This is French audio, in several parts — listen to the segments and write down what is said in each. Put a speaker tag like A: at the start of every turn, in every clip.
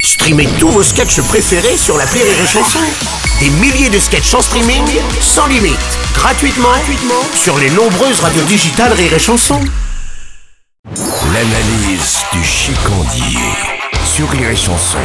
A: Streamez tous vos sketchs préférés sur la Rire et Chanson. Des milliers de sketchs en streaming, sans limite, gratuitement, gratuitement sur les nombreuses radios digitales Rire et Chanson. L'analyse du chicandier sur Rire et Chanson.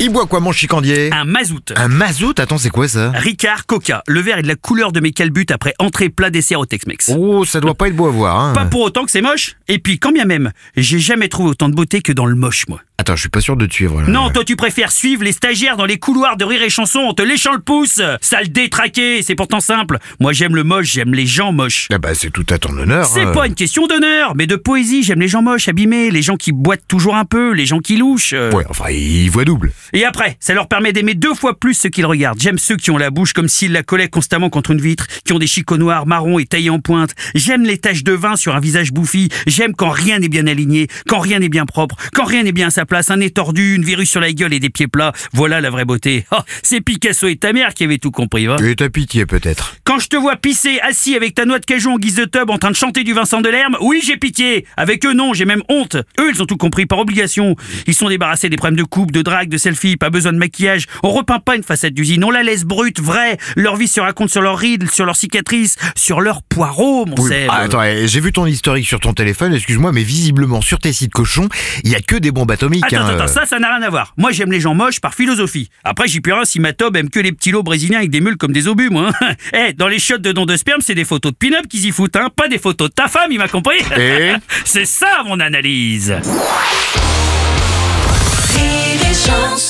B: Il boit quoi mon chicandier
C: un mazout.
B: Un mazout Attends, c'est quoi ça
C: Ricard Coca. Le verre est de la couleur de mes calbutes après entrée plat dessert au Tex-Mex.
B: Oh, ça doit pas être beau à voir. Hein.
C: Pas pour autant que c'est moche. Et puis, quand bien même, j'ai jamais trouvé autant de beauté que dans le moche, moi.
B: Attends, je suis pas sûr de te suivre. là.
C: Non, toi, tu préfères suivre les stagiaires dans les couloirs de rire et chanson en te léchant le pouce. Sale détraqué, c'est pourtant simple. Moi, j'aime le moche, j'aime les gens moches.
B: Ah bah, c'est tout à ton honneur.
C: C'est
B: hein.
C: pas une question d'honneur, mais de poésie. J'aime les gens moches, abîmés, les gens qui boitent toujours un peu, les gens qui louchent. euh.
B: Ouais, enfin, il voit double.
C: Et après, ça leur permet d'aimer deux fois plus ceux qu'ils regardent. J'aime ceux qui ont la bouche comme s'ils la collaient constamment contre une vitre, qui ont des chicots noirs, marrons et taillés en pointe. J'aime les taches de vin sur un visage bouffi. J'aime quand rien n'est bien aligné, quand rien n'est bien propre, quand rien n'est bien à sa place. Un nez tordu, une virus sur la gueule et des pieds plats. Voilà la vraie beauté. Oh, c'est Picasso et ta mère qui avaient tout compris, hein. va.
B: Et t'as pitié peut-être.
C: Quand je te vois pisser assis avec ta noix de cajou en guise de tub en train de chanter du Vincent Delerme, oui, j'ai pitié. Avec eux, non, j'ai même honte. Eux, ils ont tout compris par obligation. Ils sont débarrassés des problèmes de coupe, de drague, de selfie, pas besoin de maquillage. On repeint pas une façade d'usine, on la laisse brute, vraie. Leur vie se raconte sur leurs rides, sur leurs cicatrices, sur leurs poireaux, mon
B: Oui,
C: Seb.
B: ah, attends, eh, j'ai vu ton historique sur ton téléphone, excuse-moi, mais visiblement sur tes sites cochons, il y a que des bombes atomiques.
C: Attends,
B: hein,
C: attends,
B: euh.
C: ça, ça n'a rien à voir. Moi, j'aime les gens moches par philosophie. Après, j'y peux rien si ma tobe aime que les petits lots brésiliens avec des mules comme des obus, moi. hein. Eh, dans les shots de dons de sperme, c'est des photos de pin-up qu'ils y foutent, hein. Pas des photos de ta femme, il m'a compris
B: Et
C: C'est ça, mon analyse
D: Rire et chanson.